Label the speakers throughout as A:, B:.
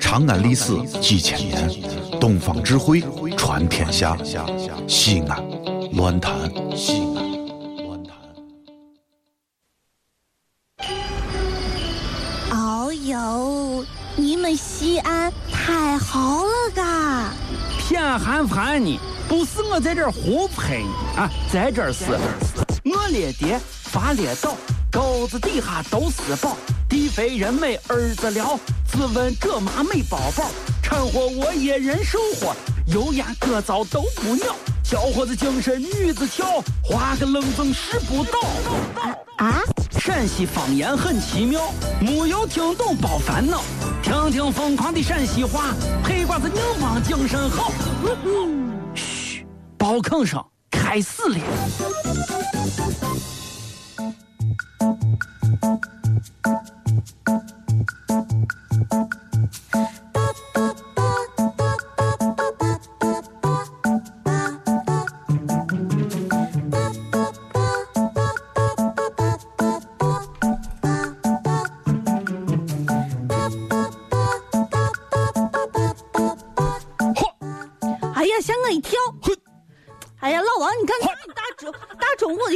A: 长安历史几千年，东方智慧传天下。西安，乱谈西安，乱
B: 谈。哦呦，你们西安太好了嘎！
C: 偏寒寒你，不是我在这儿胡喷你啊，在这儿是，我列爹发列倒，沟子底下都是宝。地肥人美儿子了，自问这妈没宝宝，掺和我也人生活，油盐各糟都不尿，小伙子精神女子俏，画个愣风使不倒。
B: 啊！
C: 陕西方言很奇妙，没有听懂别烦恼，听听疯狂的陕西话，黑瓜子硬邦精神好。嘘、嗯，包吭声开始了。
B: 哎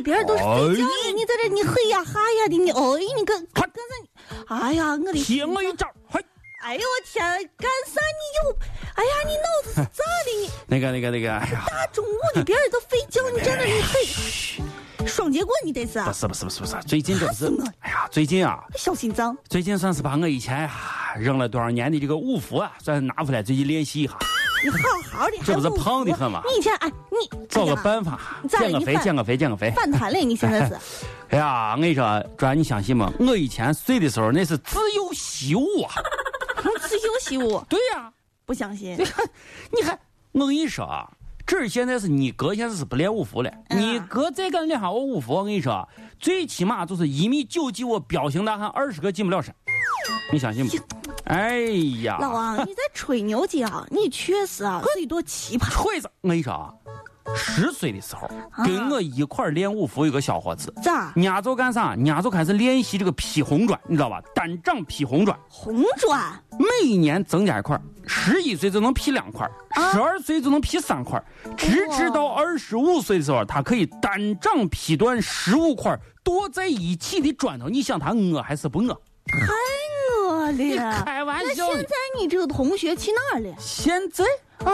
B: 别人都是睡觉
C: 哎
B: 的，你在这你嘿呀哈呀的，你哦，你跟跟着你，哎呀，我的
C: 贴我一招，啊嘿！
B: 哎呦我天，干啥你又？哎呀，你脑子是咋的你？
C: 那个那个那个，哎呀！
B: 大中午的，别人都睡觉，
C: 哎
B: 你在那你嘿，双截棍你得是？
C: 不是不是不是不是，最近 这
B: 是，
C: 哎呀，最近啊，
B: 小心脏，
C: 最近算是把我以前啊扔了多少年的这个五福啊，算是拿回来，最近练习一下。
B: 你好好的，
C: 这不是胖的很吗？
B: 你以前哎，你
C: 找个办法，减个肥，减个肥，减个肥。
B: 反弹了，你现 在是？
C: 哎呀，我跟你说，主你相信吗？我以前睡的时候那是自由习武啊，
B: 自由习武。
C: 对呀，
B: 不相信？
C: 你看，你看，我跟你说啊，这现在是你哥现在是不练五福了，你哥再敢练下我五福，我跟你说，最起码就是一米九几，我彪形大汉二十个进不了山，你相信吗？哎呀，
B: 老王，你在吹牛姐啊？你确实啊，是一朵奇葩。
C: 吹子，我跟你说啊，十岁的时候、啊、跟我一块练五福有个小伙子，
B: 咋？
C: 人家就干啥？人家就开始练习这个劈红砖，你知道吧？单掌劈红砖。
B: 红砖
C: 每年增加一块，十一岁就能劈两块，十二、啊、岁就能劈三块，直至到二十五岁的时候，他可以单掌劈断十五块多在一起的砖头。你想他饿还是不饿？
B: 太饿了！
C: 开玩
B: 笑。那现在你这个同学去哪儿了？
C: 现在
B: 啊，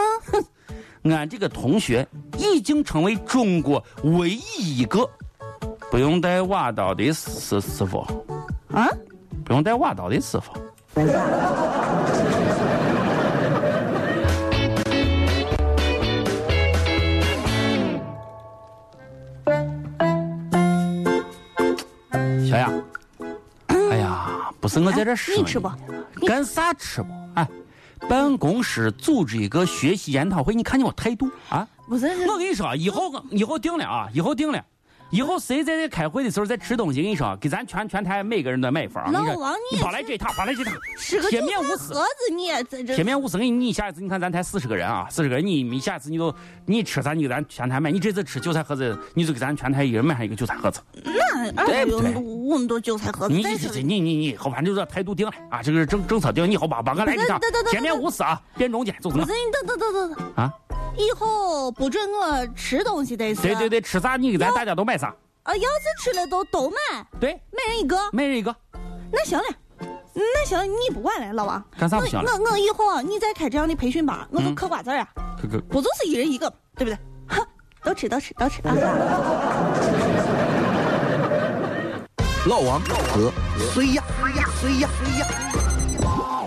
C: 俺这个同学已经成为中国唯一一个不用带瓦刀的师师傅
B: 啊，嗯
C: 不用带瓦刀的师傅。小雅。哎不是我在这说、
B: 啊，你吃不？
C: 干啥吃不？哎，办公室组织一个学习研讨会，你看见我态度啊？
B: 不是，
C: 我跟你说，啊以后以后定了啊，以后定了，以后谁在这开会的时候在吃东西，跟你说，啊给咱全全台每个人都买一份啊！
B: 老王，
C: 你别来这套，别来这套，
B: 吃个
C: 铁面无私，
B: 盒子你也在这。
C: 铁面无私，你你下次你看咱台四十个人啊，四十个人，你你下次你就你吃啥你给咱全台买，你这次吃韭菜盒子，你就给咱全台一人买上一个韭菜盒子。
B: 那
C: 对不对？
B: 我们都韭菜盒子。
C: 你你你你你，好，反正就这态度定了啊，这个政政策定，你好把把俺来这套，铁面无私啊，变中间，走
B: 不是你等等等等
C: 啊！
B: 以后不准我吃东西得是。
C: 对对对，吃啥你给咱大家都买啥。
B: 啊，要是吃了都都买，
C: 对，
B: 每人一个，
C: 每人一个。
B: 那行了，那行了，你不管了，老王。
C: 干啥不行？嗯
B: 我我以后啊，你再开这样的培训班，我就嗑瓜子啊，不就是一人一个，对不对？哈，都吃都吃都吃啊！
A: 老王哥，谁呀谁呀谁呀谁呀！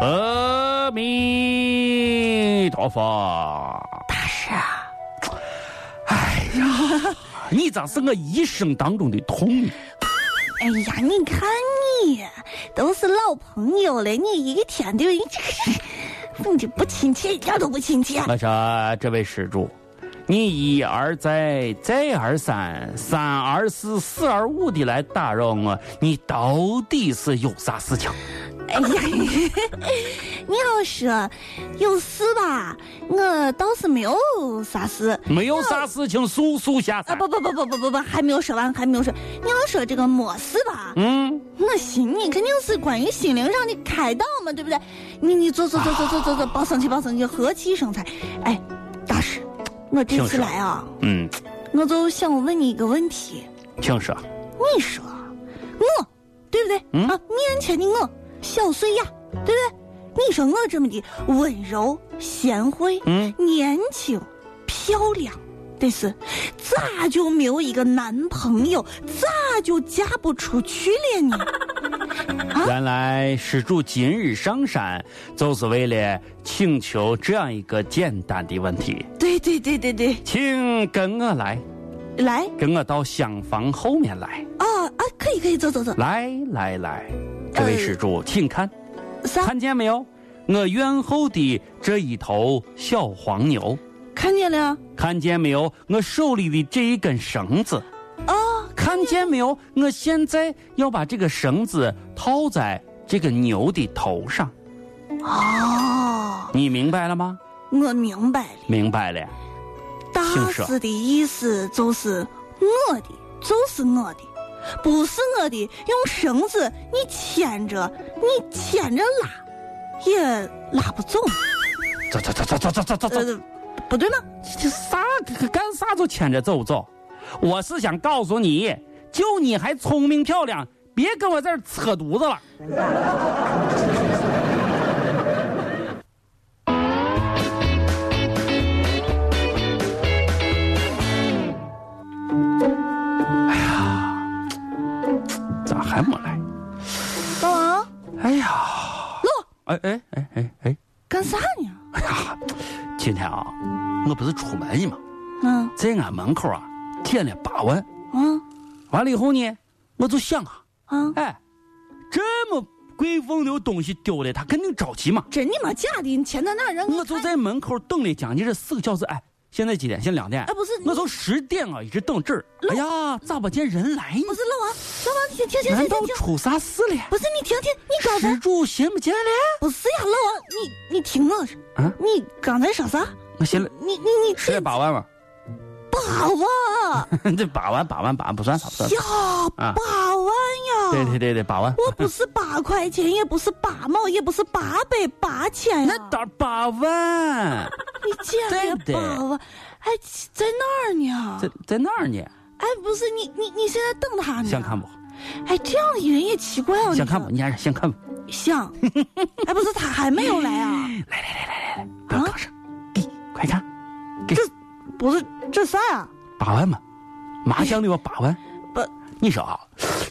C: 阿弥陀佛，
B: 大师啊！
C: 哎呀，你咋是我一生当中的痛呢？
B: 哎呀，你看你，都是老朋友了，你一天的， 你这不亲切，一点都不亲切。
C: 我说这位施主，你一而再，再而三，三而四，四而五的来打扰我，你到底是有啥事情？
B: 哎呀， 你要是有事吧，我倒是没有啥事。
C: 没有啥事情，速速下
B: 啊
C: 山。
B: 不不不不不不不，还没有说完，还没有说。你要说这个没事吧，
C: 嗯，
B: 我寻你肯定是关于心灵上的开导嘛，对不对？你你坐坐坐坐坐坐
C: 啊
B: 坐，别生气别生气，和气生财。哎，大师，我这
C: 请
B: 次
C: 说
B: 来啊，
C: 嗯，
B: 我就想问你一个问题，
C: 请说。
B: 你说我对不对？
C: 嗯
B: 啊，面前的我小碎呀，对不对？你说我这么的温柔、贤惠、
C: 嗯
B: 年轻、漂亮，但是咋就没有一个男朋友？咋就嫁不出去了 呢？
C: 原来施主今日上山，就是为了请求这样一个简单的问题，
B: 对对对对对，
C: 请跟我来，
B: 来
C: 跟我到厢房后面来，
B: 啊啊，可以可以，走走走，
C: 来来来，这位
B: 呃
C: 施主，请看，
B: 啥
C: 看见没有？我院后的这一头小黄牛，
B: 看见了？
C: 看见没有？我手里的这一根绳子，
B: 哦，
C: 看见没有？我现在要把这个绳子套在这个牛的头上，
B: 哦，
C: 你明白了吗？
B: 我嗯明白了。
C: 明白了。
B: 大
C: 说
B: 师的意思就是我的就是我的，不是我的，用绳子你牵着，你牵着拉，也拉不走。
C: 走走走走走走走走走，
B: 呃，不对吗？
C: 这啥干啥就牵着走不走？我是想告诉你，就你还聪明漂亮，别跟我在这儿扯犊子了。哎呀，咋还没来？
B: 老王，
C: 哎呀，
B: 乐
C: 哎哎哎哎哎，
B: 干啥呢？
C: 哎呀，今天啊，我不是出门去吗？
B: 嗯
C: 在俺门口啊捡了八万，
B: 嗯
C: 完了以后呢，我就想啊，
B: 嗯，
C: 哎，这么贵重的东西丢了，他肯定着急嘛。
B: 真的吗？假的？你牵到那儿人
C: 我就在门口等了将近这四个小时，哎，现在几点？现在两点。
B: 哎不是
C: 我从十点啊一直等这儿。哎呀，咋不见人来呢
B: 不？是老啊王，老王，你停停停
C: 难
B: 停
C: 道
B: 停，
C: 出啥事了？
B: 不是你停停，你刚
C: 失
B: 才
C: 主寻不见了？
B: 不是呀，老王，你你听我说，
C: 啊，
B: 你刚才说啥？
C: 我寻了
B: 你你你
C: 失了八万嘛，
B: 八万。
C: 这八万八万八万不算啥不算啥。
B: 呀，
C: 啊
B: 八万呀！
C: 对对对对，八万。
B: 我不是八块钱，也不是八毛，也不是八百八千呀
C: 那！当八万，
B: 你竟然
C: 对
B: 八
C: 的
B: 万，哎，在哪儿呢
C: 在？在哪儿呢？
B: 哎，不是你你你现在等他呢？
C: 想看？不？
B: 哎，这样的人也奇怪哦。
C: 想看不？
B: 你
C: 你还是想看不？
B: 说？想。哎，不是他还没有来 啊？
C: 不要吭声，给哎快看，给
B: 不是这啥呀？
C: 八万嘛，麻将的要八万。
B: 不，
C: 你说啊，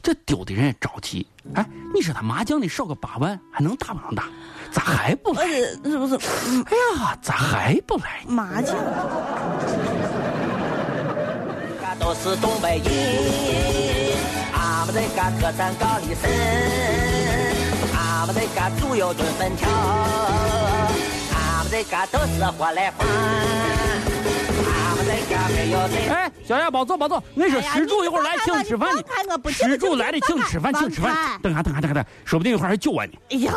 C: 这丢的人也着急。哎，你说他麻将的少个八万，还能打不能打？咋还不来？
B: 呃，是不是嗯
C: 哎呀，咋还不来呢？
B: 麻将？
D: 俺都是东北人，俺们这个特产高丽参，俺们这个猪油炖粉条，俺们这个都是活来花，俺们这个没有这。
C: 哎，小燕，别坐，别坐。我说石柱一会儿来请哎你吃饭呢
B: 你看看不。
C: 石柱来了，请你吃饭，请你吃
B: 王凯
C: 饭。等下，等下，等下，等下，说不定一会儿还救我呢。
B: 哎呀，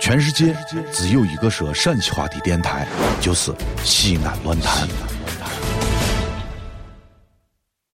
A: 全世界只有一个说陕西话的电台，就是西安乱坛。